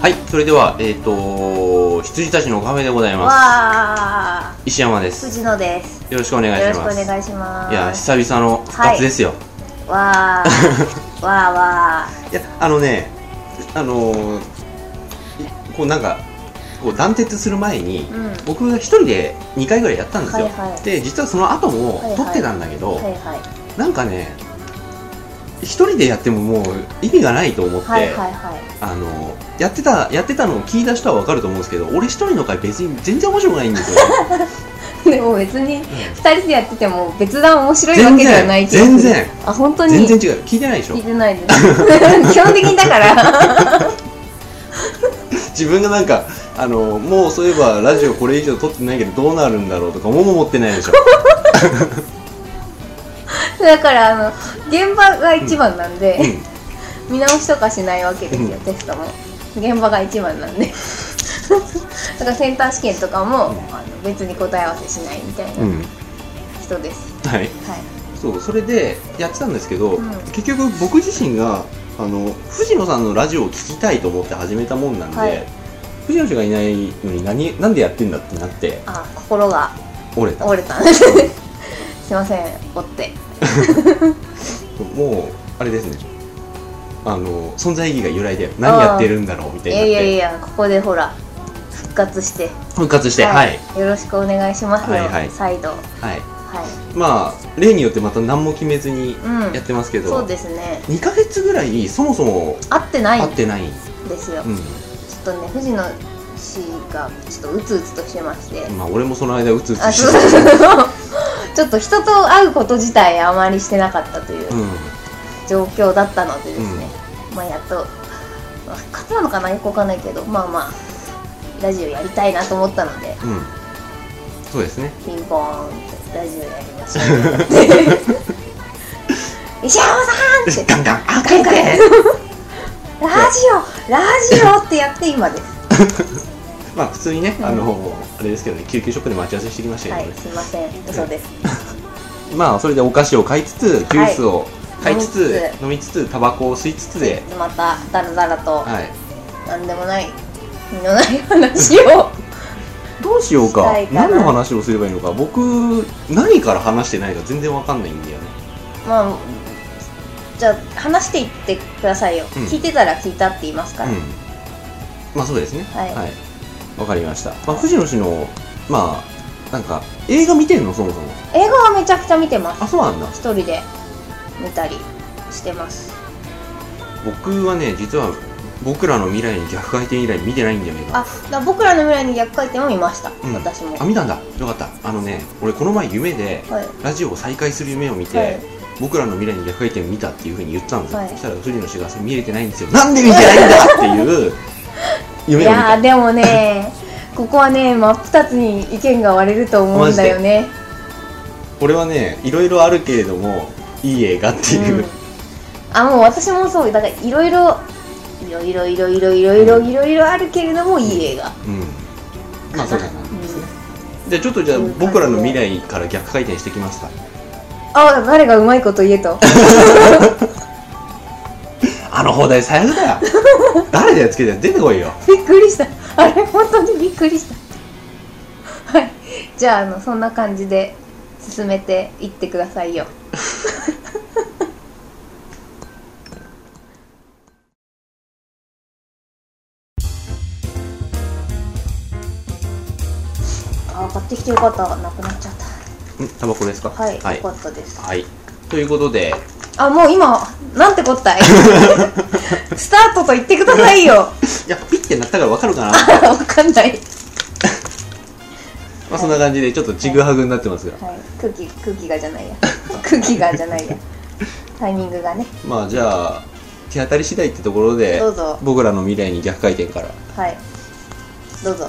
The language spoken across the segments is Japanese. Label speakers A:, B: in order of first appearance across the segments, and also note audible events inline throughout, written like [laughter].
A: はい、それでは、えっ、と、羊たちのカフェでございます。
B: わー
A: 石山です。
B: 藤野です
A: よろしくお願い
B: よろ
A: し
B: しくお
A: ます。
B: 願いします
A: いや、久々の復活ですよ。
B: わーわーわ
A: い、や、あのね、あのーいこうなんか、こう断絶する前に、
B: ーうん
A: 僕が一人で2回ぐらいやったんですよ。
B: はいはい
A: で、実はその後も
B: はいはい
A: 撮ってたんだけど、
B: はいはい
A: なんかね、一人でやってももう意味がないと思って、
B: はいはいはい
A: あのやってたやってたのを聞いた人はわかると思うんですけど俺一人の回別に全然面白くないんですよ
B: でも別に二人でやってても別段面白いわ
A: 全
B: けじゃない
A: 然
B: 気がす
A: 全
B: る
A: 然
B: あ本当に
A: 全然違う聞いてないでしょ
B: 聞いてないです基本的にだから
A: 自分がなんかあのもうそういえばラジオこれ以上撮ってないけどどうなるんだろうとかも思ってないで
B: [laughs]
A: しょ
B: だからあの現場が一番なんで、
A: う
B: 見直しとかしないわけですよ、
A: うん
B: テストも現場が一番なんでだからセンター試験とかも、
A: うん
B: あの別に答え合わせしないみたい
A: ん、
B: な
A: うん、
B: 人です、
A: はい
B: はい
A: そうそれでやってたんですけど、
B: うん
A: 結局僕自身があの藤野さんのラジオを聞きたいと思って始めたもんなんで、
B: はい
A: 藤野氏がいないのに何なんでやってんだってなって
B: あ心が
A: 折れた
B: 折れたんですすいません折って
A: もうあれですねあの存在意義が揺らいで何やってるんだろうみた
B: い
A: いにな
B: や
A: って
B: いやいやここでほら復活して
A: 復活してはい、
B: よろしくお願いしますよ、
A: はいはい
B: 再度は
A: はい、
B: い
A: まあ例によってまた何も決めずに
B: うん
A: やってますけど、
B: そうですね
A: 2ヶ月ぐらいそもそも
B: 合ってない
A: 会
B: ん
A: ってない、
B: ですよ、
A: う
B: ちょっとね藤野氏がちょっとうつうつとしてまして、
A: んまあ俺もその間うつうつ
B: あそう
A: し
B: そう
A: て
B: そう [laughs] ちょっと人と会うこと自体あまりしてなかったという
A: た、うん、
B: 状況だったのでですね、まあやっとまあ復活なのかなよくわかんないけどまあまあラジオやりたいなと思ったので
A: うん、そうです
B: [laughs]
A: ね
B: ピンポーンとラジオやりましょ
A: [laughs]
B: うって石山さんって
A: ガンガンあ
B: ガンガンラジオラジオってやって今です
A: まあ普通にね、
B: うん
A: あのあれですけどね救急ショップで待ち合わせしてきました
B: は
A: けど
B: い
A: ね、
B: すいません嘘です
A: まあそれでお菓子を買いつつジュースを買いつつ、
B: 飲み
A: 飲みつつタバコを吸いつつで、
B: またダラダラと
A: はい、
B: なんでもない身のない
A: [laughs]
B: 話を
A: どうしよう
B: し
A: か
B: たいかな
A: 何の話をすればいいのか僕何から話してないか全然わかんないんだよね
B: まあじゃあ話していってくださいよ、
A: うん
B: 聞いてたら聞いたって言いますから、
A: うんまあそうですね
B: はい
A: わ、かりました、まあ、藤野氏のまあなんか映画見てんのそもそも
B: 映画はめちゃくちゃ見てます
A: あそうなんだ
B: 一人で見たりしてます
A: 僕はね実は僕らの未来に逆回転以来見てないんだよね
B: あだから僕らの未来に逆回転も見ました、
A: うん
B: 私も
A: あ見たんだよかったあのね俺この前夢で
B: はい
A: ラジオを再開する夢を見て、
B: はい
A: 僕らの未来に逆回転見たっていうふうに言ったんですよ、
B: はい
A: そしたら藤野氏がそれ見れてないんですよなんで見てないんだっていう
B: い
A: 夢を見
B: や
A: た
B: ーでも
A: [laughs]
B: ねここはね真っ二つに意見が割れると思うんだよね
A: 俺はねいろいろあるけれどもいい映画っていう、
B: うんあもう私もそうだからいろいろいろいろいろいろいろいろいろいろあるけれどもいい映画、
A: うんまあそうだな
B: うん
A: じゃあちょっとじゃあ
B: そういう感じで
A: 僕らの未来から逆回転してきますか
B: あ誰がうまいこと言えと
A: あの放題最悪 [laughs] だよ誰だよつけて出てこいよ
B: びっくりしたあれ本当にびっくりしたはいじゃああのそんな感じで進めていってくださいよ [laughs] あー買ってきてよかったなくなっちゃっ
A: んタバコですか
B: たはい、
A: は
B: よ
A: い
B: か、ったです
A: はい、ということで
B: あもう今なんてこった [laughs] いスタートと言ってくださいよ
A: いやピッてなったからわかるかな
B: [laughs] わかんない。
A: まあそんな感じでちょっとちぐはぐになってますが、
B: はい、空気、空気がじ
A: [laughs]
B: ゃないや。空気がじゃないや。タイミングがね。
A: まあじゃあ手当たり次第ってところで
B: どうぞ
A: 僕らの未来に逆回転から
B: はい。どうぞ。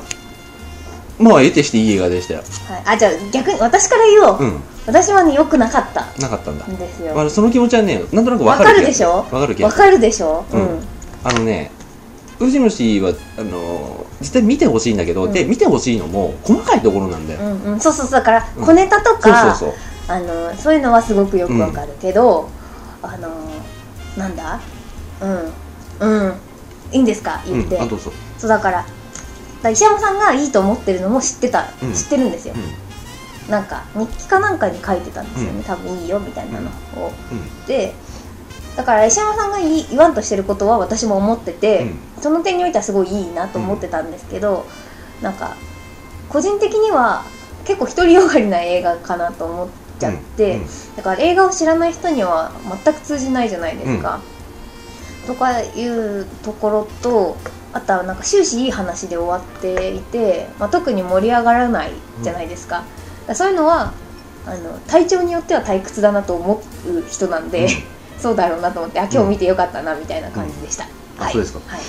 A: まあ得てしていい映画でしたよ
B: はい、あ、じゃあ、逆に、私から言おう。
A: うん
B: 私はね、良くなかった
A: なかったんだ
B: んですよ。
A: ま
B: わ
A: あ、その気持ちはねなんとなくわかる気
B: かる
A: が
B: でしょ
A: わかる気が
B: わ
A: する
B: かるでしょう
A: うん
B: ん。
A: あのね、藤野氏は、あのー実際見てほしいんだけど、
B: うん
A: で、見てほしいのも、細かいところなんだ
B: う
A: よ。
B: ん、うん、そうそうそう、だから、
A: うん
B: 小ネタと
A: そうそう
B: か、
A: そう。
B: あの、そういうのはすごくよくわかるけど、あの、なんだうん。うん。いいんですか言って、
A: うん、あどうぞ
B: そうだからだから石山さんがいいと思ってるのも知ってた、
A: うん
B: 知ってるんですよ
A: うん、
B: なんか日記かなんかに書いてたんですよね、
A: うん
B: 多分いいよみたいなのを、
A: う
B: でだから石山さんが言い言わんとしてることは私も思ってて、
A: ん
B: その点においてはすごいいいなと思ってたんですけど、なんか個人的には結構独りよがりな映画かなと思っちゃって、
A: うんうん
B: だから映画を知らない人には全く通じないじゃないですか。とかいうところとあとはなんか終始いい話で終わっていて、まあ、特に盛り上がらないじゃないですか,、そういうのはあの体調によっては退屈だなと思う人なんで、 [laughs] そうだろうなと思ってあ今日見てよかったなみたいな感じでした、
A: うんあ
B: はい
A: そうですか
B: はい、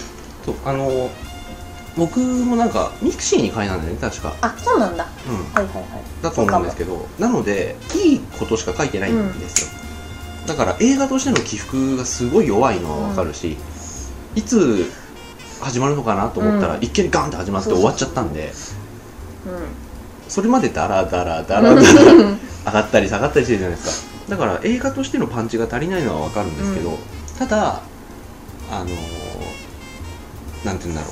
A: そうあの僕もなんかミクシーに買いなんだよね確か、
B: あそうなんだは
A: うん、
B: いはいはい
A: だと思うんですけどなのでいいことしか書いてないんですよ、だから映画としての起伏がすごい弱いのはわかるし、いつ始まるのかなと思ったら、
B: うん
A: 一見ガンって始まって
B: そう
A: 終
B: そう
A: わっちゃったんで
B: う
A: それまでダラダラダ
B: [laughs]
A: ラダラ
B: ん
A: 上がったり下がったりしてるじゃないですかだから映画としてのパンチが足りないのはわかるんですけど、
B: う
A: ただあのーなんて言うんだろう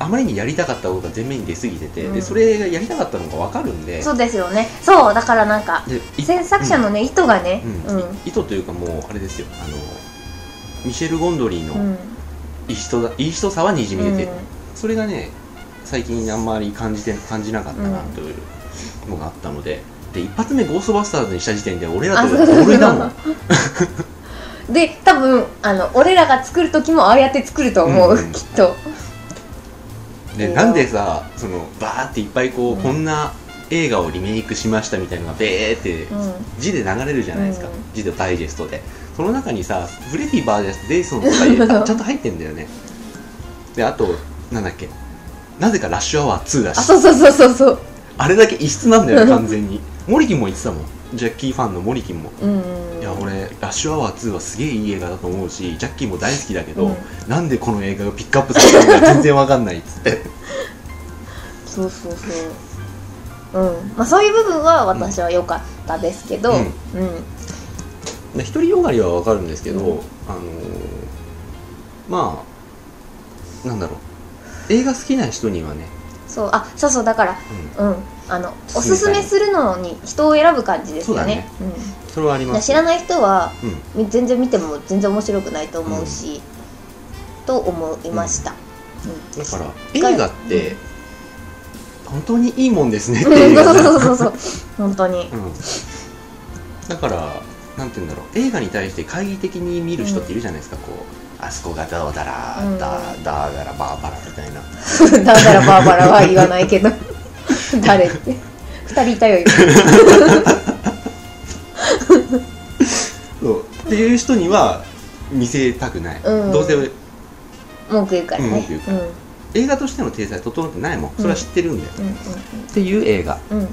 A: あまりにやりたかったことが前面に出過ぎてて、
B: う
A: で
B: ん
A: それがやりたかったのがわかるんで
B: そうですよねそうだからなんか
A: でい
B: 制作者のね、意図がね
A: うん
B: うん
A: 意図というかもうあれですよあのミシェル・ゴンドリー
B: う
A: の
B: ん
A: いい人だ、いい人さはにじみ出てる、
B: うん
A: それがね最近あんまり感じて感じなかったなというのがあったのでで一発目ゴーストバスターズにした時点で俺らと
B: あそうそう
A: 俺だ
B: [laughs]
A: もん
B: で多分あの俺らが作る時もああやって作ると思う、
A: うん
B: きっと
A: で
B: うん
A: なんでさそのバーっていっぱいこう、
B: うん
A: こんな映画をリメイクしましたみたいなのがベーって
B: うん
A: 字で流れるじゃないですか、
B: うん
A: 字でダイジェストでその中にさフレディ・バージェス・デイソンとかいうあちゃんと入ってんだよねであとなんだっけなぜかラッシュアワー2だ
B: あ
A: し
B: そうそうそうそうそう
A: あれだけ異質なんだよね完全にモリキンも言ってたもんジャッキーファンのモリキンも
B: うん
A: いや俺ラッシュアワー2はすげえいい映画だと思うしジャッキーも大好きだけど、
B: うん
A: なんでこの映画をピックアップされたのか全然わかんないっつって
B: そうそうそううんまあそういう部分は私は良かったですけど
A: う
B: うんん、
A: で独りよがりはわかるんですけど、
B: う
A: あ
B: ん
A: のーまあなんだろう映画好きな人にはね、
B: そうあそうそうだから
A: うん、
B: うんあのお
A: 勧めたい
B: すすめするのに人を選ぶ感じですよねうん
A: それはあり
B: だか
A: ま
B: ら
A: す
B: 知らない人は
A: うん
B: み全然見ても全然面白くないと思うし、と思いました、うん
A: だから
B: っかり
A: 映画って本当にいいもんですねって
B: そう
A: いうような
B: そうそうそうそう本当に
A: うんだからなんて言うんだろう映画に対して懐疑的に見る人っているじゃないですか、こうあそこがどうだら、
B: うん
A: だだだらバーバラみたいな
B: [laughs] だからバーバラは言わないけど [laughs] 誰って二人いたよ今
A: そうっていう人には見せたくない、
B: うん
A: どうせ
B: 文句言うからね
A: 文句言うから映画としての体裁整ってないもんそれは知ってるんだよ、
B: うんうん
A: っていう映画
B: うんうんうんうん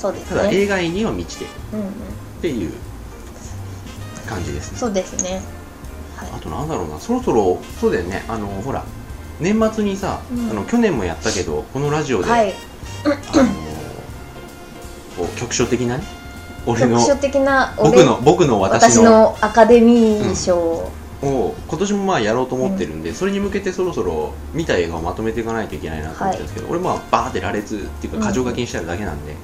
B: そうです
A: ただ
B: ね
A: 映画には満ちてる
B: うんうん
A: っていう感じですね
B: そうですねはい
A: あとなんだろうなそろそろそうだよねあのほら年末にさ、
B: うん
A: あの去年もやったけどこのラジオで、
B: はい
A: あのこう局所的なね俺の
B: 特徴的な俺
A: 僕の僕の私
B: 私
A: の
B: のアカデミー賞
A: を今年もまあやろうと思ってるんで、それに向けてそろそろ見た映画をまとめていかないといけないなと思ってるんですけど、俺まあバーって羅列っていう
B: うん
A: か箇条書きにしてあるだけなんで、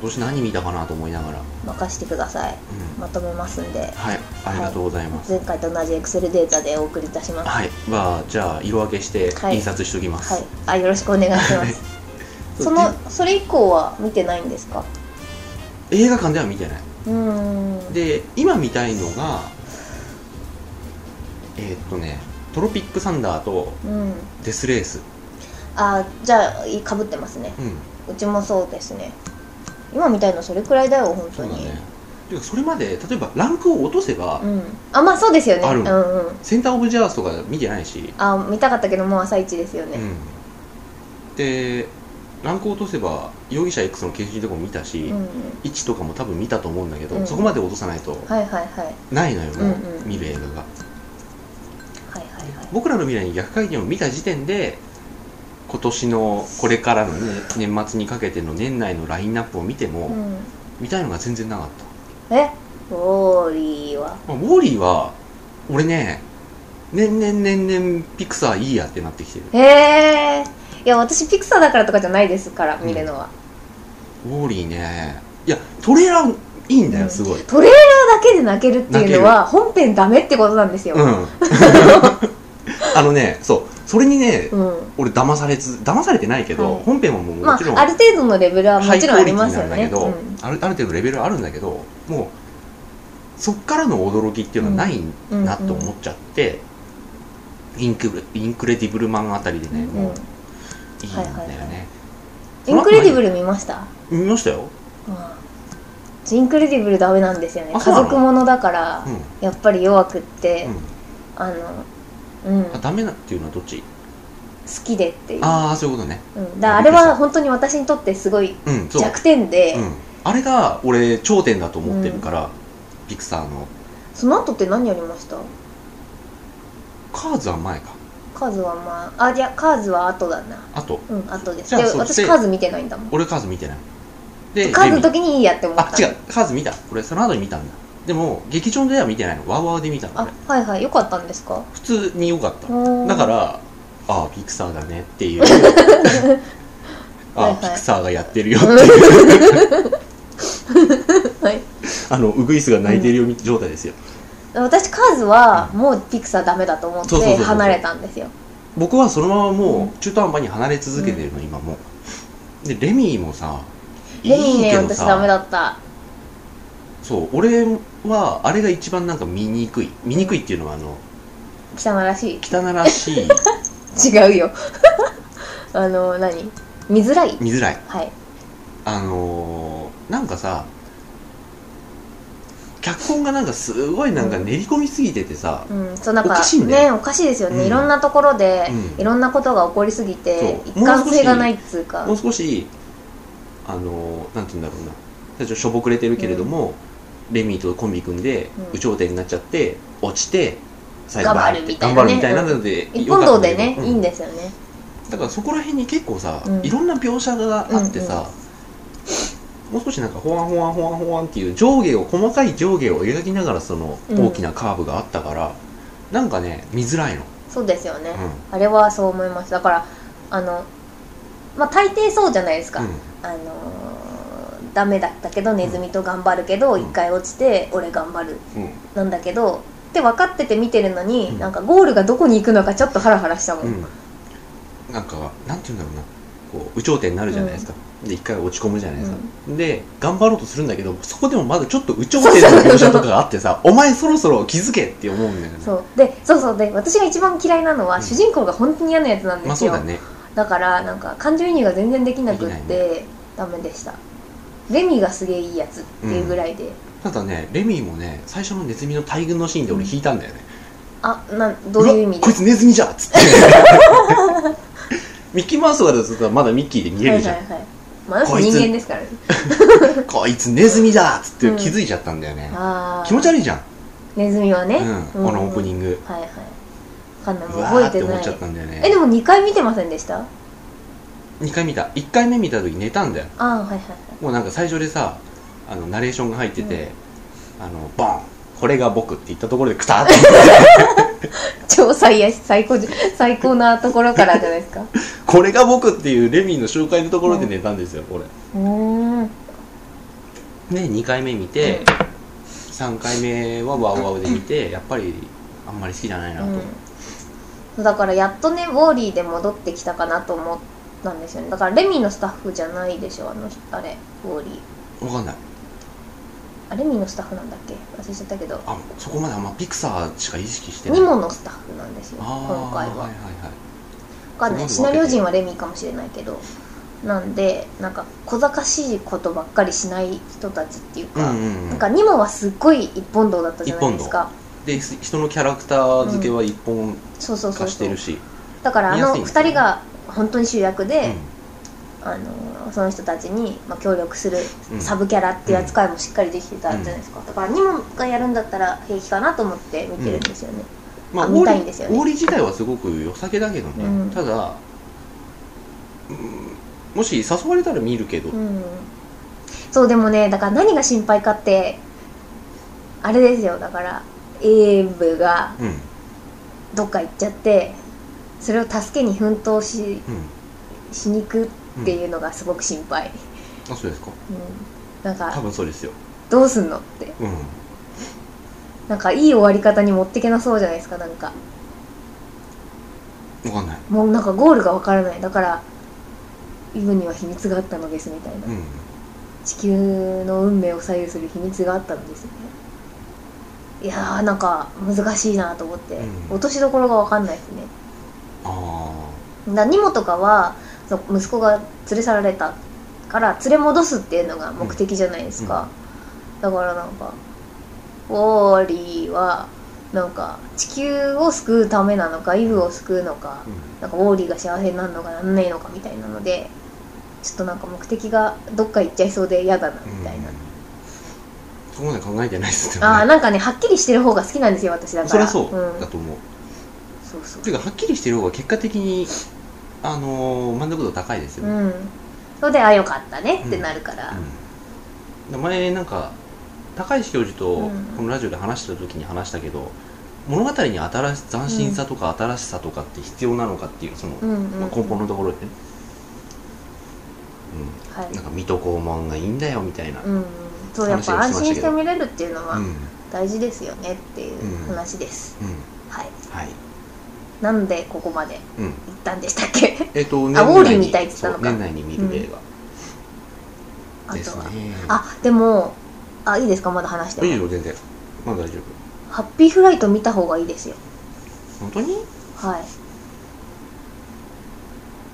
A: 今年何見たかなと思いながら、うん
B: 任してくださいまとめますんで
A: はいありがとうございます、
B: 前回と同じエクセルデータでお送りいたします
A: はい、まあじゃあ色分けして
B: はい
A: 印刷しておきます、
B: はい、あよろしくお願いしま
A: はい
B: す。 [laughs] そのそれ以降は見てないんですか。
A: 映画館では見てないう
B: ーん。
A: で今見たいのがえーっとねトロピックサンダーと
B: うん。
A: デスレース、
B: あじゃあいかぶってますね。
A: うん、
B: うちもそうですね。今みたいのそれくらいだよ本当
A: そうだ
B: に。
A: ねてかそれまで例えばランクを落とせば、
B: うん。あまあそうですよね。
A: ある
B: うんうん。
A: センターオブジャースとか見てないし、
B: あ見たかったけどもう朝一ですよね。
A: うん、でランクを落とせば容疑者 X の検診とかも見たし、
B: うん、うん。
A: 1とかも多分見たと思うんだけど、
B: うん
A: そこまで落とさないと
B: はいはいはいはい
A: ないのよもう、
B: うんうん
A: 見る映画が
B: はいはい。
A: 僕らの未来に逆回転を見た時点で今年のこれからの、ね、年末にかけての年内のラインナップを見ても、
B: うん。
A: 見たいのが全然なかった
B: えウォーリーは。
A: まあウォーリーは俺ね年々年々ピクサーいいやってなってきてる
B: へえいや私ピクサーだからとかじゃないですから見るのは、
A: ウォーリーねいやトレーラーいいんだ
B: う
A: よ
B: ん
A: すごい
B: トレーラーだけで泣けるっていうのは本編ダメってことなんですよ
A: うん [laughs] あのねそうそれにね
B: うん、
A: 俺騙されず騙されてないけど、
B: はい
A: 本編はもう
B: ま
A: も
B: あ
A: ちろん、
B: ある程度のレベルはも
A: ハイ
B: ち
A: ク
B: ろんあ
A: オ
B: り
A: リテ
B: ま
A: ィ
B: す
A: な
B: よ
A: んだ
B: ね、
A: けど、
B: うん
A: あるある程度レベルあるんだけどもうそっからの驚きっていうのはない
B: うん
A: なと思っちゃって、インクレインクレディブルマンあたりでね、
B: うん
A: もういいんだよね、
B: はいはいはインクレディブル見ました、
A: 見ましたよ、
B: うん、インクレディブルダメなんですよね家
A: あそうなの
B: 族ものだから
A: うん、
B: やっぱり弱くって、
A: う
B: あのうん
A: ん、あ
B: 好
A: ダメなっていうのはどっち
B: きでっていう
A: ああそういうことね
B: うん、だあれは本当に私にとってすごい
A: うんそう、
B: 弱点で、
A: うん、あれが俺頂点だと思ってるから、ピクサーの
B: その後って何やりました
A: カーズは前か
B: カーズはまああいやカーズは後だな
A: あと
B: うん後です
A: じ
B: で
A: ゃあそっち
B: 私カーズ見てないんだもん
A: 俺カーズ見てないで
B: カーズの
A: ジェミー
B: 時にいいやって思った
A: あ違うカーズ見た俺その後に見たんだでも劇場では見てないのワーワーで見たの
B: あ
A: 俺
B: はいはいよかったんですか
A: 普通に良かっただ
B: だ
A: からああピクサーだねって
B: [laughs]
A: いうああ、
B: はいはい
A: ピクサーがやってるよっていう
B: [laughs] はい
A: あのウグイスが泣いてるような状態ですよ、
B: 私カーズはもうピクサーダメだと思っ
A: そうそうそう
B: て
A: そう
B: 離れたんですよ
A: 僕はそのままもう中途半端に離れ続けてるの、今もでレミーもさ
B: レミー
A: いい
B: ね
A: けど
B: 私
A: さ
B: ダメだった
A: そう俺はあれが一番なんか見にくい見にくいっていうのはあの
B: 汚らし
A: 汚らし
B: [laughs]
A: い
B: い違うよ [laughs] あの何見づらい
A: 見づらい
B: はい
A: あのー、なんかさ脚本がなんかすごいなんか練り込みすぎててさ、
B: うん、そうなんか
A: おかしいんだ
B: ねおかしいですよね、
A: うん
B: いろんなところで、
A: うん
B: いろんなことが起こりすぎて
A: そう
B: 一貫性がないっつうか
A: もう少しあのー、なんて言うんだろうな最初しょぼくれてるけれども、レミーとコンビ組んで
B: うん
A: 有頂天になっちゃって落ちて最
B: 頑張るみたい
A: バ
B: なね
A: ーって頑張るみたいなので
B: 一
A: よか
B: 本
A: った
B: 道
A: んだ
B: で
A: けど、
B: ね、いいん
A: だ
B: ですよね
A: だからそこら辺に結構さ、
B: うん
A: いろんな描写があってさ、もう少しなんかほわんほわんほわんほわんっていう上下を細かい上下を描きながらその
B: うん
A: 大きなカーブがあったから、なんかね見づらいの、
B: そうですよね
A: う、ん
B: あれはそう思いますだからあのまあ大抵そうじゃないですか、
A: うん
B: あのーダメだったけどネズミと頑張るけど
A: うん
B: 一、回落ちて俺頑張る
A: うん
B: なんだけどって分かってて見てるのに、
A: うん
B: なんかゴールがどこに行くのかちょっとハラハラしたもん、
A: うん、なんかなんて言うんだろうなこう有頂天になるじゃないですか、で一回落ち込むじゃないですか、で頑張ろうとするんだけどそこでもまだちょっと有頂天の描写とかがあってさ [laughs] お前そろそろ気づけって思うんだよね
B: そうでそうそうで私が一番嫌いなのは、
A: うん
B: 主人公が本当に嫌なやつなんで
A: まあ
B: す
A: そう
B: よ、
A: だね
B: だからなんか感情移入が全然できなくっ
A: できな
B: てダメでしたレミがすげえいいやつっていうぐらいで、
A: ただねレミーもね最初のネズミの大群のシーンで俺引いたんだよね、
B: あなんどういう意
A: わ
B: 味で
A: こいつネズミじゃっつって [laughs] ミッキーマウスがだとさまだミッキーで見えるじゃん、
B: はいはいはいまあ、あの人
A: こいつ
B: 人間ですからね
A: こいつネズミだっつって気づいちゃったんだよね、
B: ああ
A: 気持ち悪いじゃん、
B: ネズミはね、
A: うん、このオープニ
B: グ
A: ング、
B: はいはいかんないうもう
A: わ
B: 覚
A: ー
B: え
A: って
B: て
A: 思
B: な
A: っ
B: い
A: ちゃったんだよね
B: えでも2回見てませんでしたあ
A: 2回見た1回目見た時寝たんだよ
B: あーはいはいはい
A: もうなんか最初でさあのナレーションが入ってて「あのボンこれが僕」って言ったところでクタッて [laughs]
B: 超最悪最高じ最高なところからじゃない
A: [laughs]
B: ですかう
A: これが僕」っていうレミーの紹介のところで寝たんですよ俺
B: ーんうん
A: で2回目見て3回目はワウワウで見てやっぱりあんまり好きじゃないなと、
B: うん、だからやっとねウォーリーで戻ってきたかなと思ったんですよねだからレミのスタッフじゃないでしょあの人あれウォーリー
A: 分かんない
B: あレミのスタッフなんだっけ忘れちゃったけど
A: あそこまであんまピクサーしか意識してない
B: ニモのスタッフなんですよ
A: あ
B: 今
A: あ
B: 回は、
A: はいはいはい
B: わかんない
A: そ
B: シ
A: うな
B: ナ
A: んだ
B: リオ人はレミかもしれないけどなんでなんか小賢しいことばっかりしない人たちっていう
A: う
B: か、
A: んうん、う
B: なん
A: ん
B: かニモはすっごい一本道だったじゃないですか
A: で人のキャラクター付けは一本
B: そうそうそ
A: 化
B: う
A: して
B: そう
A: るし
B: だからあの
A: 見やすいん
B: 2
A: ですよね
B: 人が本当に主役
A: う
B: で、
A: ん
B: あのーその人たちに、まあ、協力する
A: うん
B: サブキャラっていう扱いもしっかりできてたじゃないですか、だからニモがやるんだったら平気かなと思って見てるんですよね、
A: まあ、
B: あ
A: ウォ
B: 見た
A: ー
B: い
A: リ
B: んですよ
A: ー
B: ね
A: ウォーリー自体はすごく良さげだけどね、
B: うん
A: ただ、うんもし誘われたら見るけど、
B: うんそうでもねだから何が心配かってあれですよだからエーブが
A: うん
B: どっか行っちゃってそれを助けに奮闘し
A: うん
B: しに行くっていうのがすごく心配、
A: あそうですか
B: うん、なん
A: 多
B: か
A: 分そうですよ
B: どうすんのって
A: うん
B: なんかいい終わり方に持ってけなそうじゃないですかなんか
A: 分かんない
B: もうなんかゴールがわからないだからイブには秘密があったのですみたいな、
A: うん
B: 地球の運命を左右する秘密があったのですよねいやーなんか難しいなと思って、
A: うん
B: 落としどころがわかんないですね
A: あ
B: 何もとかはその息子が連れ去られたから連れ戻すっていうのが目的じゃないですか、だからなんかウォーリーはなんか地球を救うためなのかイブを救うのか
A: あ、う、
B: なんかウォーリーが幸せになるのかなんないのかみたいなのでちょっとなんか目的がどっか行っちゃいそうで嫌だなんみたいな、
A: うんそこまで考えてないですよ
B: ああ
A: ね
B: なんかねはっきりしてる方が好きなんですよ私だか
A: [laughs]
B: ら
A: そりゃそう
B: うん
A: だ、と思う
B: そうそう
A: ていうかはっきりしてる方が結果的にあのー満足度高いですよ
B: う
A: ね、
B: んそれであよかったねってなるから、
A: うん前なんか高石教授と
B: うん
A: このラジオで話した時に話したけど、物語に新し斬新さとか新しさとかって必要なのかっていうその、
B: うんうんうん
A: まあ根本のところでね、
B: は
A: うん、
B: い
A: なんか水戸黄門がいいんだよみたいな、
B: うんうん、そうやっぱ安
A: 話をしましたけど
B: 心して見れるっていうの
A: うんう
B: は
A: ん
B: 大事ですよねっていう話です、はい
A: はい
B: なんでここまで
A: うん
B: 行ったんでしたっけ
A: [laughs] えっ、と
B: あウォーリーみ
A: に
B: たいって言ったのか
A: そう年内に見る映
B: あ
A: 画です
B: とは
A: ね、
B: あでもあいいですかまだ話しても
A: いいよ全然まだ大丈夫
B: ハッピーフライト見た方がいいですよ
A: 本当に
B: はい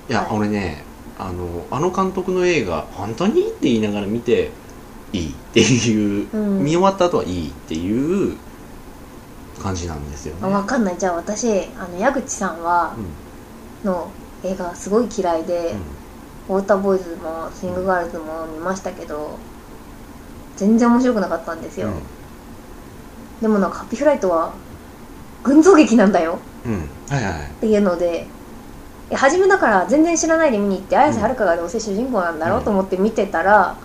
A: いや、
B: はい
A: 俺ねあのあの監督の映画「本当に?」って言いながら見ていいっていう、
B: うん
A: 見終わった後はいいっていう感じなんですよね
B: あわかんないじゃあ私あの矢口さんは
A: うん
B: の映画がすごい嫌いで、ウォーターボーイズもスイングガールズも見ましたけど全然面白くなかったんですよ、でもなんかハッピーフライトは群像劇なんだよ
A: うん、うん、はいはいはい
B: っていうのでいや初めだから全然知らないで見に行って綾瀬はるかがどうせ主人公なんだろうと思って見てたら、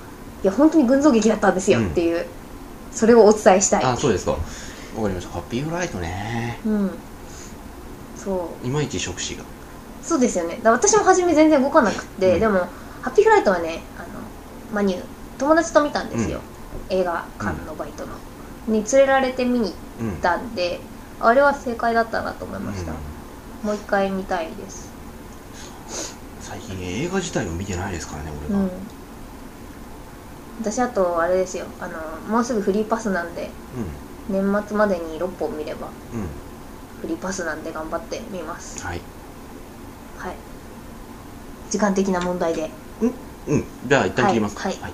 B: いや本当に群像劇だったんですよっていう、それをお伝えしたい
A: あそうですかわかりましたハッピーフライトね
B: うんそう
A: いまいち触手が
B: そうですよねだから私も初め全然動かなくって、
A: うん
B: でもハッピーフライトはねあのマニュー友達と見たんですよ、映画館のバイトの、に連れられて見に行っ
A: うん
B: たんであれは正解だったなと思いました、
A: うん
B: もう一回見たいです
A: 最近映画自体を見てないですからね俺
B: う
A: は、
B: ん私あとあれですよあのもうすぐフリーパスなんで年末までに6本見れば
A: うん、うん
B: フリーパスなんで頑張って見ます
A: はい
B: はい時間的な問題で
A: うんじゃあ一旦切りますか
B: はい
A: はい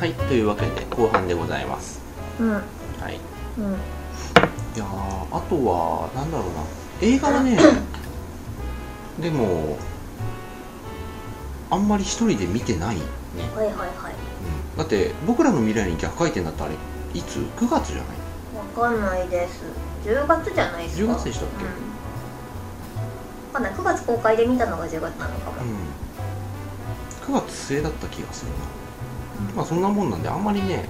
A: はい、というわけで後半でございます。
B: うんうん
A: はい、いやーあとはなんだろうな映画は
B: [coughs]
A: ねでもあんまり一人で見てないね、
B: はいはいはい
A: うん、だって僕らの未来に逆回転だったあれいつ ?9 月じゃない
B: わかんないです10月じゃないですか
A: 10月でしたっけ
B: うんわかんない9月公開で見たのが10月なのかも、
A: うん、9月末だった気がするな、まあ、そんなもんなんであんまりね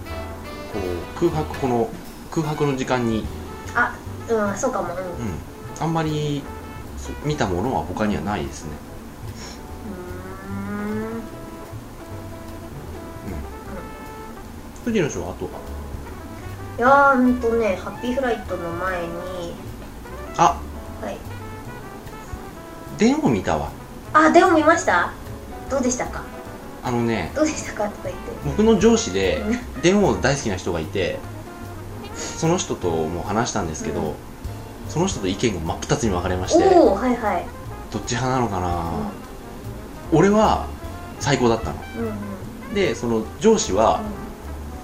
A: こう空白この空白の時間に、
B: あうんそうかもうん、う
A: うん、あんまりそ見たものは他にはないですね
B: ーん
A: 藤野賞はあとはい
B: やーうんとねハッピーフライトの前に
A: あ
B: はい
A: 電を見たわ
B: あでも見ましたどうでしたか
A: あのね
B: どうでしたかとか言って
A: 僕の上司で
B: うん
A: 電話大好きな人がいてその人とも話したんですけど、
B: うん
A: その人と意見が真っ二つに分かれまして
B: おおはいはい
A: どっち派なのかな、俺は最高だったの
B: うんうんうん
A: でその上司は、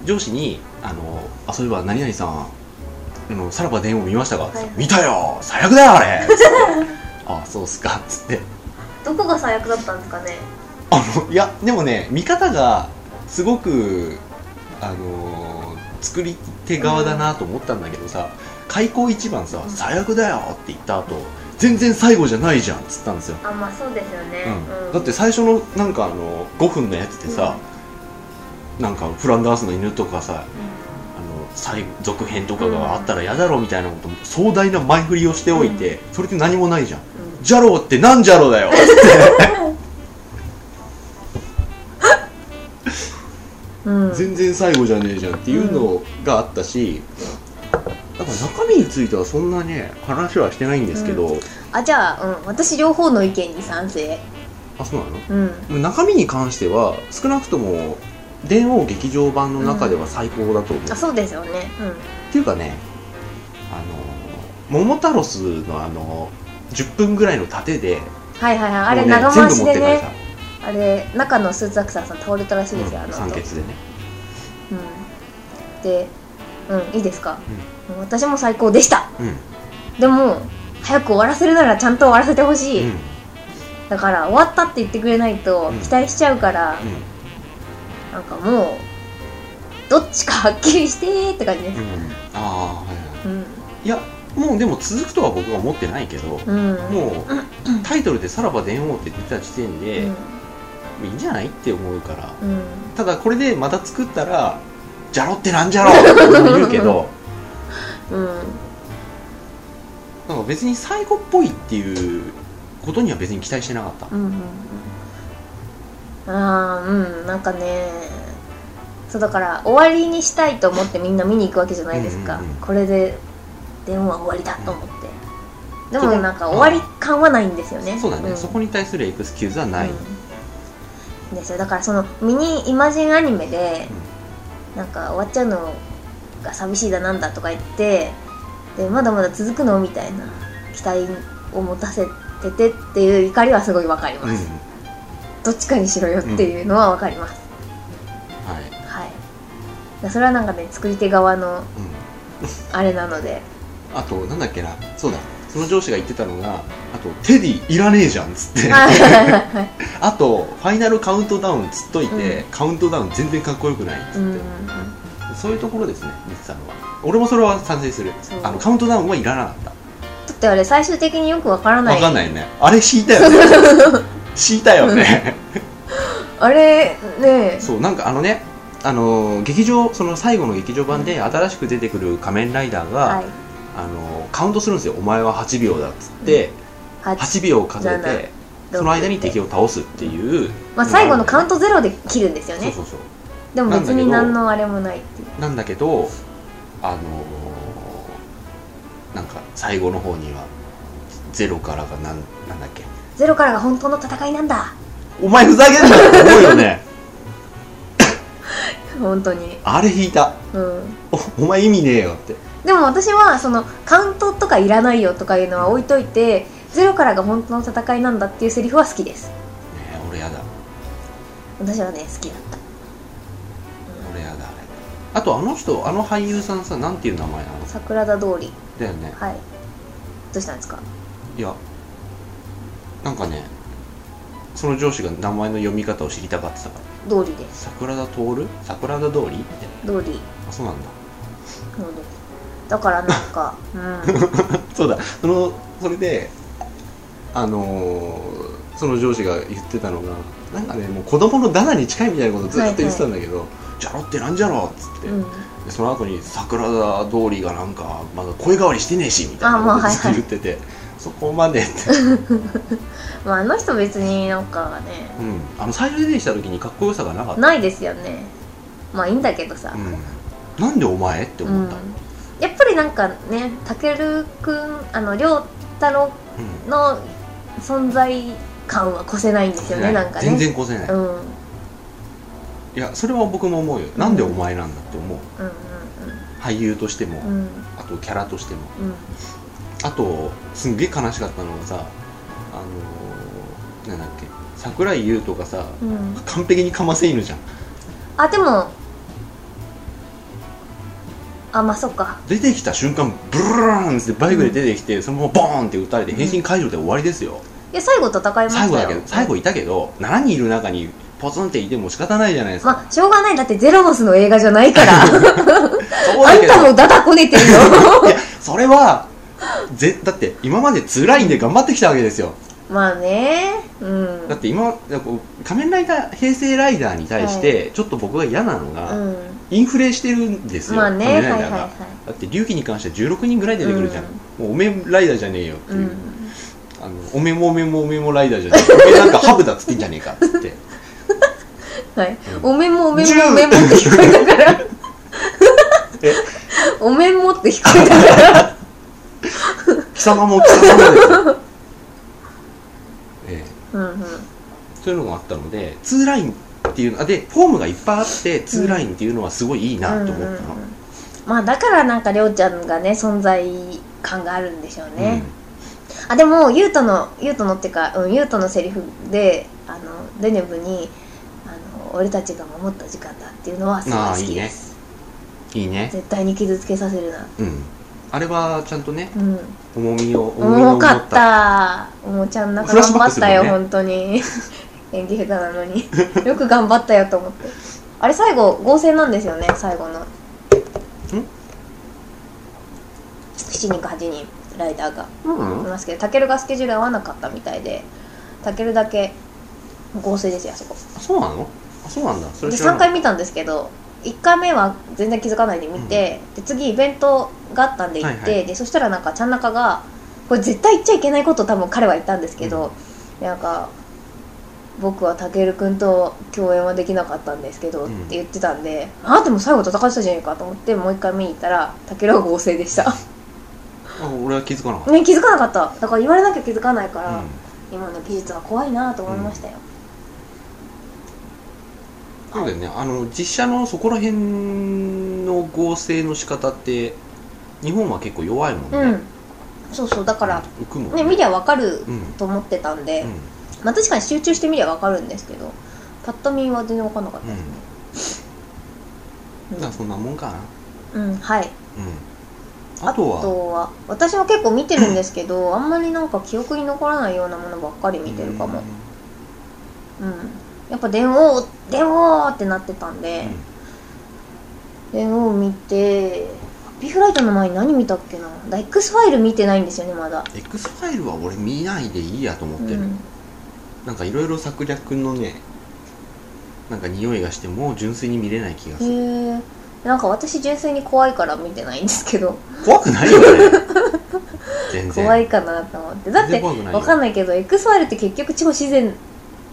A: 上司に「あのあそういえば何々さんあのさらば電話見ましたか?」っつって
B: はいはい
A: 見たよ最悪だよあれ!」つって [laughs] 「あそうっすか」っつって
B: どこが最悪だったんですかね
A: あのいやでもね見方がすごくあのー作り手側だなと思ったんだけどさ開口一番さ「最悪だよ」って言った後全然最後じゃないじゃんっつったんですよ、
B: あまあそうですよね、
A: うん
B: うん
A: だって最初のなんかあの5分のやつでさ、なんかフランダースの犬とかさあの最後続編とかがあったら嫌だろみたいなことも壮大な前振りをしておいて、それって何もないじゃん
B: うんうん
A: ジャローってなんじゃろうだよっつって
B: うん
A: 全然最後じゃねえじゃんっていうのがあったし、だから中身についてはそんなね話はしてないんですけど、
B: あじゃあ、うん、私両方の意見に賛成
A: あそうなの
B: うん
A: でも中身に関しては少なくとも電王劇場版の中では最高だと思う、
B: あ
A: っ
B: そうですよね
A: ていうかねあの桃太郎スのあの10分ぐらいの盾で
B: うんはいはいはいあ
A: も
B: れ
A: うね
B: 長
A: 全
B: 回
A: 部
B: し
A: 持って
B: で
A: かれ
B: ね
A: た、
B: あれ中のスーツアクサーさん倒れたらしいですよ、あ
A: うん、
B: の
A: 酸
B: 後
A: 欠でね
B: うんでうんいいですか、もう私も最高でした
A: うん、うん
B: でも早く終わらせるならちゃんと終わらせてほしい、だから終わったって言ってくれないと
A: うん
B: 期待しちゃうから、なんかもうどっちかはっきりしてーって感じで
A: うん、う
B: す
A: ん、ああはいは
B: うん
A: いいやもうでも続くとは僕は思ってないけど、
B: うん
A: もうタイトルで「さらば電王」って出た時点
B: う
A: で、
B: ん
A: いいんじゃないって思うから
B: うん
A: ただこれでまた作ったら「じゃろってなんじゃろ!」って言うけど
B: うん
A: なんか別に最後っぽいっていうことには別に期待してなかった
B: うんうんうんああうんなんかねそうだから終わりにしたいと思ってみんな見に行くわけじゃないですか、
A: うんうんうん
B: これで電話終わりだと思って、で
A: そ
B: も
A: こ
B: なんか終わり感はないんですよね
A: そうだね、
B: ん
A: そこに対するエクスキューズはない、
B: うんですよだからそのミニイマジンアニメで、なんか終わっちゃうのが寂しいだなんだとか言ってでまだまだ続くのみたいな期待を持たせててっていう怒りはすごいわかります、
A: は
B: どっちかにしろよっていうのはわかります、
A: い、
B: はいだそれはなんかね作り手側の
A: う
B: あれな
A: [laughs]
B: ので
A: ん、あとなんだっけなそうだその上司が言ってたのがあと「テディいらねえじゃん」っつって
B: はいはいはいはい
A: あと「ファイナルカウントダウン」つっといて、カウントダウン全然かっこよくないっつって、
B: うん
A: そういうところですね、ミツさんのは。俺もそれは賛成する
B: そう。
A: あのカウントダウンはいらなかっ
B: だってあれ最終的によくわから
A: た。
B: な
A: わ
B: い
A: かんないよね。あれ敷いたよ
B: [laughs]
A: ね。敷いたよね。
B: あれね
A: そう、なんかあのね、あのー劇場、その最後の劇場版で新しく出てくる仮面ライダーが、
B: はい
A: あのーカウントするんですよ。お前は8秒だっつって、
B: 八
A: 8秒数え
B: じゃあ
A: て、その間に敵を倒すっていう。
B: まあ、最後のカウントゼロで切るんですよ
A: そう
B: ね
A: そうそう。
B: でも別に何のあれもないっていう
A: なんだけど、あのーなんか最後の方には、ゼロからがなんなんだっけ
B: ゼロからが本当の戦いなんだ
A: お前ふざけんなって思うよね
B: 本当に
A: [laughs] あれ引いた
B: うん
A: おお前意味ねえよって
B: でも私はそのカウントとかいらないよとかいうのは置いといてゼロからが本当の戦いなんだっていうセリフは好きです
A: ねえ俺やだ
B: 私はね好きだった
A: 俺やだあれあとあの人あの俳優さんさなんていう名前なの
B: 桜田通り
A: だよね
B: はいどうしたんですか
A: いやなんかねその上司が名前の読み方を知りたがってたから
B: 通りです
A: 桜田徹桜田通りって
B: 通り
A: あそうなんだ
B: の通りだからなんかうん
A: そうだそのそれであのーその上司が言ってたのがなんかねもう子供のダナに近いみたいなことずっと言ってたんだけど「じゃろってなんじゃろ」っつって、
B: うん
A: でその後に桜田通りがなんかまだ声変わりしてねえしみたいな
B: あ
A: こ
B: まあ
A: とずっと
B: はいは
A: 言っ
B: い
A: てて、そこまでって、
B: まああの人別になんかね
A: うん、あの最初に出てきた時にかっこよさがなかった、
B: ないですよねまあいいんだけどさ、
A: うん、なんでお前って思った、うん
B: やっぱりなんかねたけるくんあの亮太郎の存在感は越せないんですよねなんかね
A: 全然越せない、
B: う
A: い
B: んうんうん
A: やそれは僕も思うよなんでお前なんだって思う俳優としても、
B: うんうん
A: あとキャラとしても
B: うん
A: あとすんげえ悲しかったのがさあのー、なんだっけ桜井優とかさ
B: うんうん
A: 完璧にかませ犬じゃん
B: あでもあまあそっか
A: 出てきた瞬間ブルーンってバイクで出てきて、そのままボーンって撃たれて変身解除で終わりですよ、
B: いや最後戦いました
A: 最
B: よ
A: 後だけど最後いたけど7人いる中にポツンっていても仕方ないじゃないですか、
B: まあしょうがないだってゼロモス
A: [laughs]
B: の映画じゃないからあ
A: そうんだけど [laughs]
B: たもダダこねてるよ
A: いやそれはぜだって今まで辛いんで頑張ってきたわけですよ
B: まあねうん
A: だって今こう仮面ライダー平成ライダーに対してちょっと僕が嫌なのが、
B: う
A: インフレしてるんです
B: ん
A: よ、
B: まあねは
A: 仮
B: い
A: 面ライダー
B: はい
A: が、
B: は
A: だって龍騎に関しては16人ぐらい出てくるじゃん、
B: うん
A: もうおめえライダーじゃねえよって
B: い
A: いうう、
B: ん
A: あのおめえもおめえもおめえもライダーじゃねえおめえなんかハブだっつってんじゃねえかっつって
B: はい
A: うん
B: おめもおめ
A: 十
B: もおめもって聞こえたから
A: え
B: おめもって聞こえ
A: [laughs]
B: たから
A: 貴様も貴様もです [laughs] よ、ええ
B: うんうん
A: そういうのがあったのでツーラインっていうのあでフォームがいっぱいあってツーラインっていうのはすごいいいなと思ったの、
B: うんうんうんまあだからなんかりょうちゃんがね存在感があるんでしょうね、あでもゆうとのゆうとのっていうか、うん、ゆうとのセリフであのデネブにあの「俺たちが守った時間だ」っていうのはすごい好きです
A: うんいいね
B: 絶対に傷つけさせるな
A: うんあれはちゃんとね
B: うん
A: 重みを重みを持
B: 重かったおもちゃんなか
A: フラッシ
B: 頑
A: ュバッ
B: 張
A: ク
B: っ
A: する
B: た
A: もん
B: よ、
A: ね
B: 本当に [laughs] 演技下手なのによく頑張ったよと思ってあれ最後合成なんですよね最後の7人か8人ライダーが
A: うん
B: いますけどタケルがスケジュール合わなかったみたいでタケルだけ合成ですよあそこ
A: あそうなのあそうなんだそ
B: で
A: れ知ら
B: 3
A: な
B: 回
A: い
B: 見たんですけど1回目は全然気づかないで見て、で次イベントがあったんで行って、
A: はいは
B: でそしたらなんかちゃんなかがこれ絶対言っちゃいけないこと多分彼は言ったんですけど、でなんか僕はたけるくんと共演はできなかったんですけど、
A: うん
B: って言ってたんであなたも最後戦ってたじゃないかと思ってもう一回見に行ったらたけるは合成でした、
A: あ俺は気づかなかった、
B: ね、気づかなかっただから言われなきゃ気づかないから、
A: うん
B: 今の技術は怖いなと思いましたよ、
A: そうだよね、あの実写のそこら辺の合成の仕方って日本は結構弱いもんね、
B: うん、そうそうだから
A: 浮くもん
B: ね見りゃわかる
A: うん、うん
B: と思ってたんで、まあ確かに集中してみりゃわかるんですけどパッと見は全然わかんなかっ
A: うんだから
B: た
A: そんなもんかな、
B: うん、うんはい
A: うん、あとは
B: あとは私も結構見てるんですけ
A: [laughs]
B: どあんまりなんか記憶に残らないようなものばっかり見てるかもうん、やっぱ電王電王ってなってたん
A: う
B: で
A: ん、
B: 電王見てハッピーフライトの前に何見たっけなだ X ファイル見てないんですよねまだ
A: X ファイルは俺見ないでいいやと思
B: う
A: ってる、
B: ん
A: なんかいろいろ策略のねなんか匂いがしてもう純粋に見れない気がする
B: へえなんか私純粋に怖いから見てないんですけど
A: 怖くないよね全然
B: 怖いかなと思ってだっ
A: 全然
B: て
A: 怖くないよ
B: わかんないけど X ファイルって結局超自然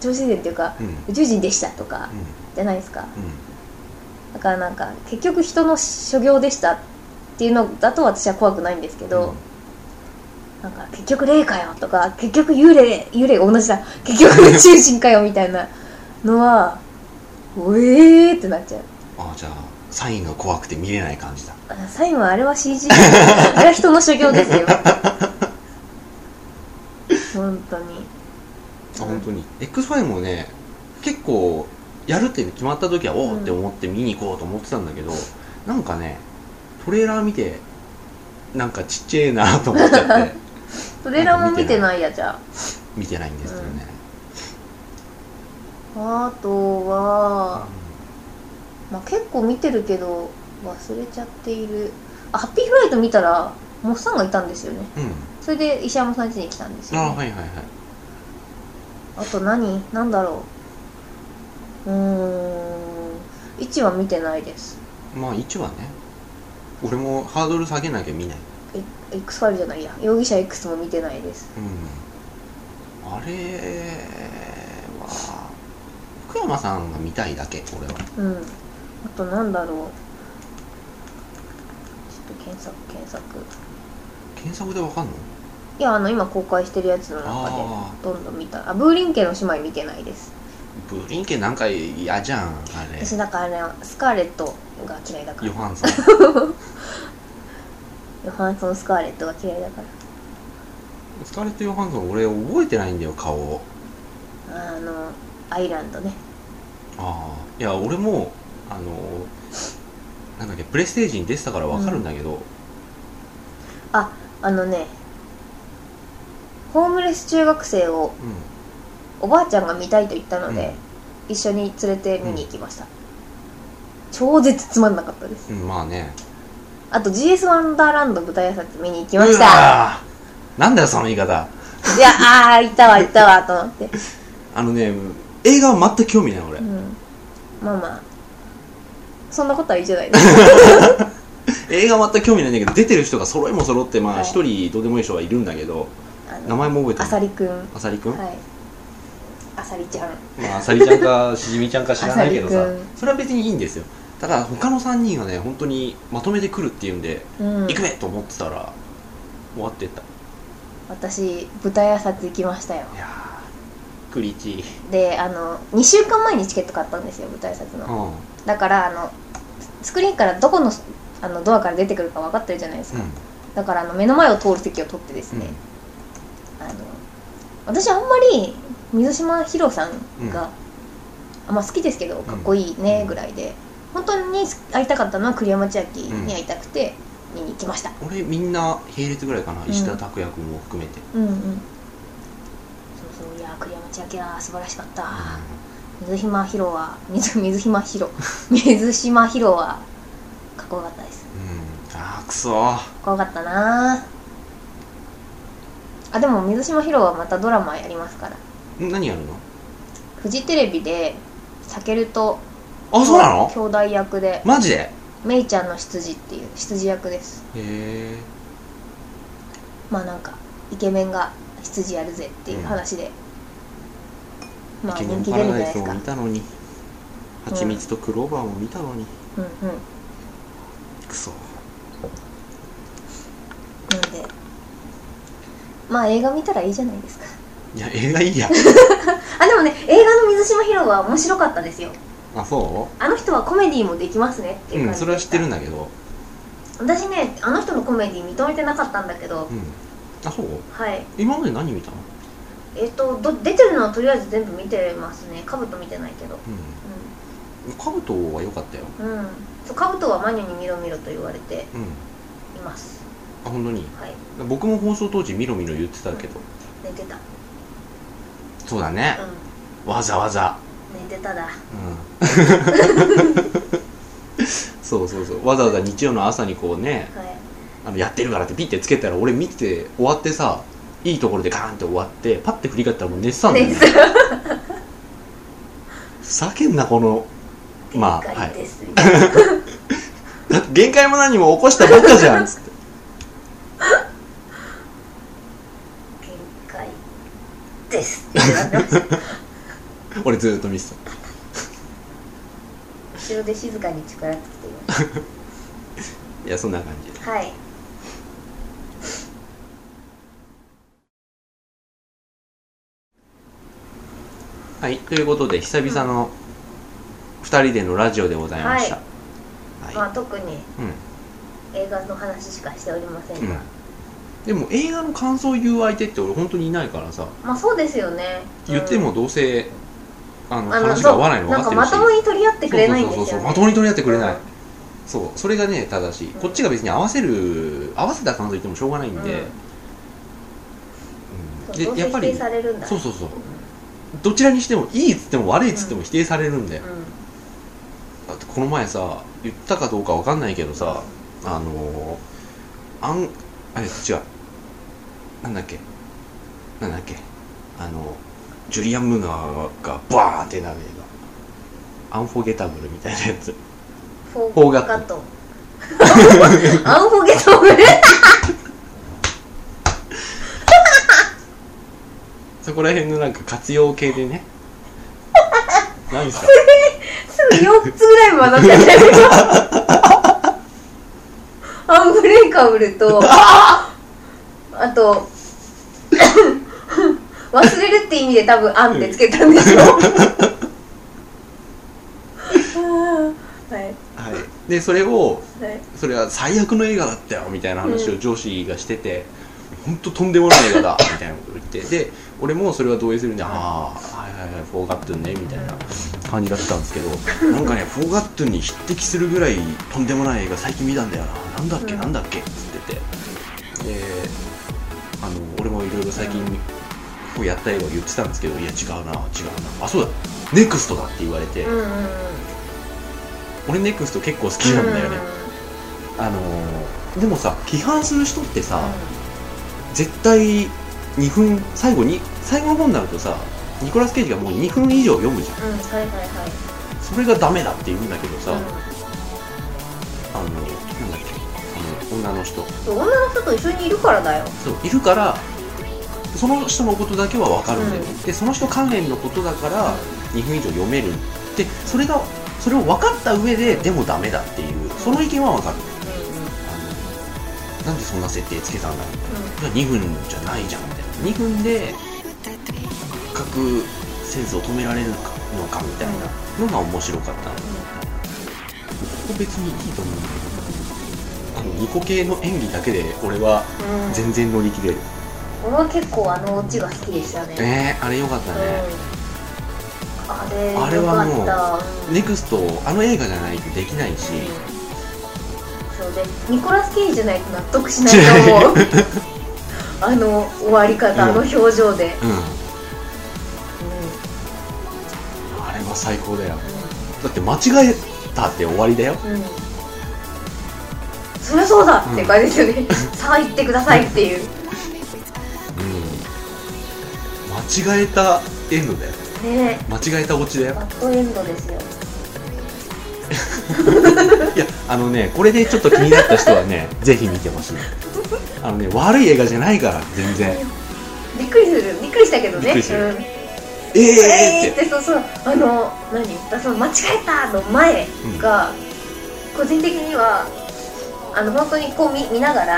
B: 超自然っていうか
A: うんうん
B: 宇宙人でしたとかじゃないですかだからなんか結局人の所業でしたっていうのだと私は怖くないんですけ
A: うん
B: ど、なんか結局霊かよとか結局幽霊幽霊が同じだ結局宇宙人かよみたいなのはおえーってなっちゃう
A: ああじゃあサインが怖くて見れない感じだ
B: あサインはあれは CG あれは人の所業ですよ本当に
A: あ本当に X ファイルもね結構やるって決まった時はおおって思って見に行こうと思ってたんだけど、なんかねトレーラー見てなんかちっちゃいなと思っちゃって
B: [laughs] トレーラーも見てないやじゃあ
A: 見てないんですよね、
B: あとは、まあ、結構見てるけど忘れちゃっているあハッピーフライト見たらモッさんがいたんですよね
A: うん、
B: それで石山さん家に来たんです
A: あ
B: よ、
A: あはいはいはい
B: あと何何だろううーん1は見てないです
A: まあ1はね俺もハードル下げなきゃ見ない、
B: え X ファイルじゃないや容疑者 X も見てないです
A: うん、あれは福山さんが見たいだけ俺は
B: うんあと何だろうちょっと検索検索
A: 検索でわかんの
B: いやあの今公開してるやつの中で
A: あ
B: どんどん見たあブーリン家の姉妹見てないです
A: ブリンケンなんか嫌じゃんあれ
B: 私だからねスカーレットが嫌いだから
A: ヨ
B: ヨ
A: ハンソン
B: [laughs] ハンソン・スカーレットが嫌いだから
A: スカーレット・ヨハンソン俺覚えてないんだよ顔を
B: あのアイランドね
A: ああいや俺もあのなんだっけプレステージに出てたからわかるんだけど、
B: あのねホームレス中学生を
A: うん
B: おばあちゃんが見たいと言ったの
A: うん
B: で、一緒に連れて見に行きました、超絶つまんなかったです
A: うんまあね
B: あと GS ワンダーランド舞台挨拶見に行き
A: う
B: ま
A: わ
B: した
A: ーなんだよその言い方
B: いやあーいたわいたわと思って、
A: あのね映画は全く興味ない俺、
B: うん、まあまあそんなことはいいじゃな
A: [laughs]
B: いですか
A: 映画は全く興味ないんだけど出てる人が揃いも揃ってま
B: は
A: あ
B: い
A: 一人どうでもいい人はいるんだけど
B: あ
A: 名
B: の
A: 前も覚えて
B: あ
A: な
B: さ
A: い
B: りくんは
A: あさりくん、
B: いあさりちゃん
A: まあ、あさりちゃんかしじみちゃんか知らないけど
B: あ
A: さ
B: さりくん
A: それは別にいいんですよただ他の3人がね本当にまとめてくるっていうんで、
B: うん
A: 行くべと思ってたら終わってった
B: 私舞台挨拶行きましたよ
A: いやークリチ
B: であの2週間前にチケット買ったんですよ舞台挨拶の
A: うん
B: だからあのスクリーンからどこのあのドアから出てくるか分かってるじゃないですか、だからあの目の前を通る席を取ってですね、あの私あんまり水島ひろさんが、あまあ好きですけどかっこいいねぐらいで、本当に会いたかったのは栗山千明に会いたくて見に行きました、
A: うん、俺みんな並列ぐらいかな、
B: うん
A: 石田拓也君も含めて、
B: うんうんそうそういやー栗山千明は素晴らしかった、水島ひろは水水島ひろ [laughs] 水島ひろはかっこよかったです
A: うん、あーくそー
B: かっこよかったなあでも水島ひろはまたドラマやりますから
A: ん何やるの
B: フジテレビでサケルと
A: あそうなの
B: 兄弟役で
A: マジでへ
B: メイちゃんの羊っていう羊役です
A: え
B: まあなんかイケメンが羊やるぜっていう話で、ま
A: イ
B: あ
A: ケメ
B: 人
A: ン
B: 気
A: パ
B: 出る
A: ラ
B: んじ
A: ダイ
B: ゃないで
A: ス
B: す
A: を
B: か
A: 見たのに蜂蜜とクローバーも見たのに、
B: うんうん
A: くそ
B: なんでまあ映画見たらいいじゃないですか [laughs]
A: いや映画いい [laughs] や
B: あでもね映画の水島ひろは面白かったですよ
A: あそ
B: あの人はコメディもできますねって
A: う
B: いう
A: う
B: 感
A: ん
B: じ
A: それは知ってるん
B: だ
A: だけど
B: 私ねあの人のコメディ認めてなかったんだけど、
A: うんあそう
B: はい
A: 今まで何見たの
B: えっ、とど出てるのはとりあえず全部見てますねカブト見てないけど
A: うんカブトは良かったよ
B: うん、うん、そうカブトはマニュに見ろ見ろと言われて
A: うん
B: います
A: あ本当に
B: はい
A: 僕も放送当時みろみろ言ってたけど
B: 寝てたう
A: そうだね、
B: ん
A: わざわざ
B: 寝てただ
A: うん [laughs] そうそうそうわざわざ日曜の朝にこうね
B: はい
A: あのやってるからってピッてつけたら俺見て終わってさいいところでガーンって終わってパッて振り返ったらもう寝てたんだよ、ね
B: 寝、てた
A: ふざけんなこのまあ
B: 理
A: は
B: 解
A: い
B: です、はい
A: だって限界も何も起こしたばっかじゃんっつって
B: 限界ですってなってました
A: 俺ずーっと見てた
B: 後ろで静かに力尽きていまし
A: いやそんな感じ
B: たはい
A: はいということで久々の2人でのラジオでございました、はい
B: まあ特に
A: うん
B: 映画の話しかしておりません
A: う
B: が、
A: んでも映画の感想を言う相手って俺本当にいないからさ
B: まあそうですよね
A: 言って
B: う
A: も
B: ん
A: どうせあの
B: あの
A: 話が合わないの分
B: そう
A: かってる
B: なん
A: し
B: かまともに取り合ってくれないんです
A: そ
B: よ、
A: うそう
B: ね、
A: そうそうまともに取り合ってくれない、
B: うん
A: そうそれがねただしこっちが別に合わせる合わせた感想言ってもしょうがないんで、うん
B: そうど
A: で
B: うせ
A: やっぱ
B: 否
A: り
B: 定されるんだ
A: そうそうそうどちらにしてもいいっつっても悪いっつっても否定されるんだよ、
B: う
A: だってこの前さ言ったかどうかわかんないけどさあのー、あんあれ違うなんだっけなんだっけあのジュリアン・ムーガーがバーンってなる映画アンフォゲタブルみたいなやつ
B: んフ
A: フォ
B: ォー
A: ー
B: ガ
A: ガ
B: ッ
A: ッ
B: トアンフォゲトブル
A: そこら辺のなんか活用系でね何ですか
B: すぐ4つぐらい混ざっちゃってるアンブレイカブルとあと忘れるって意味で多分「アン」ってつけたんでしょはいはい
A: はいでそれをそれは最悪の映画だったよみたいな話
B: う
A: を上司がしてて、ほん、本当とんでもない映画
B: [laughs]
A: だみたいなことを言ってで俺もそれは同意するんで、ああはいはいはいフォーガットゥンねみたいな感じだったんですけどなんかねフォーガットゥンに匹敵するぐらいとんでもない映画最近見たんだよななんだっけ、
B: うん
A: なんだっけっつっててであの俺もいろいろ最近こうやった映画を言ってたんですけどいや違うな違うなあそうだネクストだって言われて、
B: うんうんうん
A: 俺ネクスト結構好きなんだよね、
B: う
A: あのーでもさ批判する人ってさ、絶対2分最後に最後の方になるとさニコラス・ケイジがもう2分以上読むじゃん
B: うん、うん、はいはいはい
A: それがダメだって言うんだけどさ、
B: うん
A: あのなんだっけあの女の人
B: そう女の人と一緒にいるからだよ
A: そういるからその人のことだけは分かるんだよね、でその人関連のことだから2分以上読めるでそれがそれを分かった上ででもダメだっていうその意見は分かる
B: う
A: あのなんでそんな設定つけたんだろうん
B: うん
A: じゃあ2分じゃないじゃんみたいな2分で核戦争を止められるのかのかみたいなのが面白かったのここ別にいいと思うんだけどこのニコ系の演技だけで俺は
B: うん、うん、
A: 全然乗り切れる
B: 俺は結構あのオチが好きでしたね
A: ねえあれよかったね、
B: うん、あれ
A: あれはもう
B: よかった
A: ネクストあの映画じゃないとできないし、
B: そうでニコラス・ケイジじゃないと納得しないと
A: [laughs]
B: 思うあの終わり方あの表情で、
A: うんあれは最高だよだって間違えたって終わりだよ
B: うんうんそりゃそうだって感じですよね、さあ行ってくださいっていう
A: うん間違えたエンドだよ
B: ね
A: 間違えたオチだよ
B: バッドエンドですよ
A: いやあのねこれでちょっと気になった人は
B: [laughs]
A: ねぜひ見てほしいあのね悪い映画じゃないから全然
B: びっくりするびっくりしたけどね
A: びっくりする
B: うん
A: え
B: えー
A: えー、
B: っ
A: って
B: てそうそうあの何言ったその間違えたの前が、個人的にはあの本当にこう見見ながら、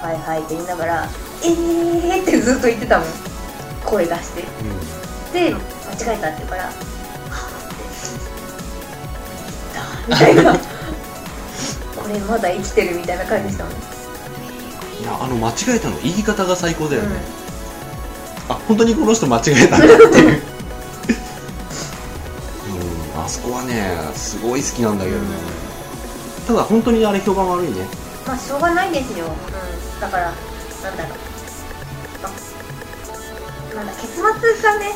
B: はいはいって言いながらえーってずっと言ってたもん声出してで間違えたって言うからはぁって [laughs] 言ったみたいなこれまだ生きてるみたいな感じしたもん、
A: うんいやあの間違えたの言い方が最高だよね、
B: うん
A: あ本当にこの人間違えたんだって
B: [laughs]
A: いううんあそこはねすごい好きなんだけどね、ただ本当にあれ評判悪いね
B: まあしょうがないですよ、うん、だからなんだろうあなんだ結末がね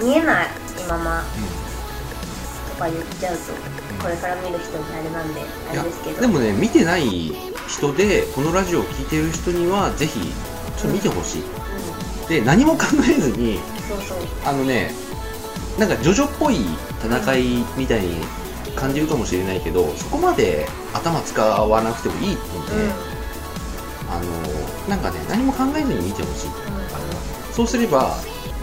B: 見えない今まとか言っちゃうとこれから見る人にあれなんであ
A: いや
B: れですけど
A: でもね見てない人でこのラジオを聞いてる人にはぜひちょっと見てほしい、
B: うん、
A: で何も考えずに
B: そうそう
A: あのねなんかジョジョっぽい戦いみたいに感じるかもしれないけどそこまで頭使わなくてもいいの
B: うん、
A: で、あのなんかね何も考えずに見てほしいあれはそうすれば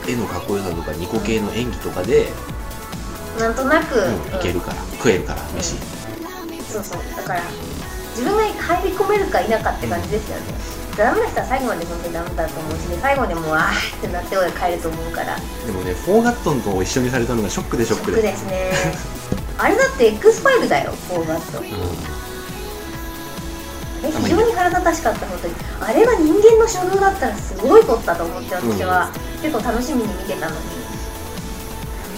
A: 絵のかっこよさとかニコ系の演技とかで、
B: うん、なんとなく、
A: うん、いけるから食えるから飯、
B: うんそうそうだから自分が入り込めるか否かって感じですよねダメな人は最後まで本当にダメだと思うしね最後でもうあーってなって俺帰ると思うから
A: でもねフォーガットンと一緒にされたのがショックでショック
B: ショ
A: で
B: ックですねあれだって X ファイルだよフォーガット
A: う
B: え非常に腹立たしかった本当にあれが人間の初動だったらすごいことだと思って私は、結構楽しみに見てたのに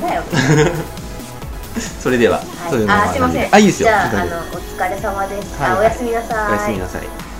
B: なんだよ
A: ん、それでは、
B: は
A: それ
B: い、
A: では
B: あすいません
A: あいいですよ
B: じゃあ
A: 大
B: あ
A: 丈
B: のお疲れ様です、
A: はい
B: あおやすみなさ
A: 夫おやすみなさい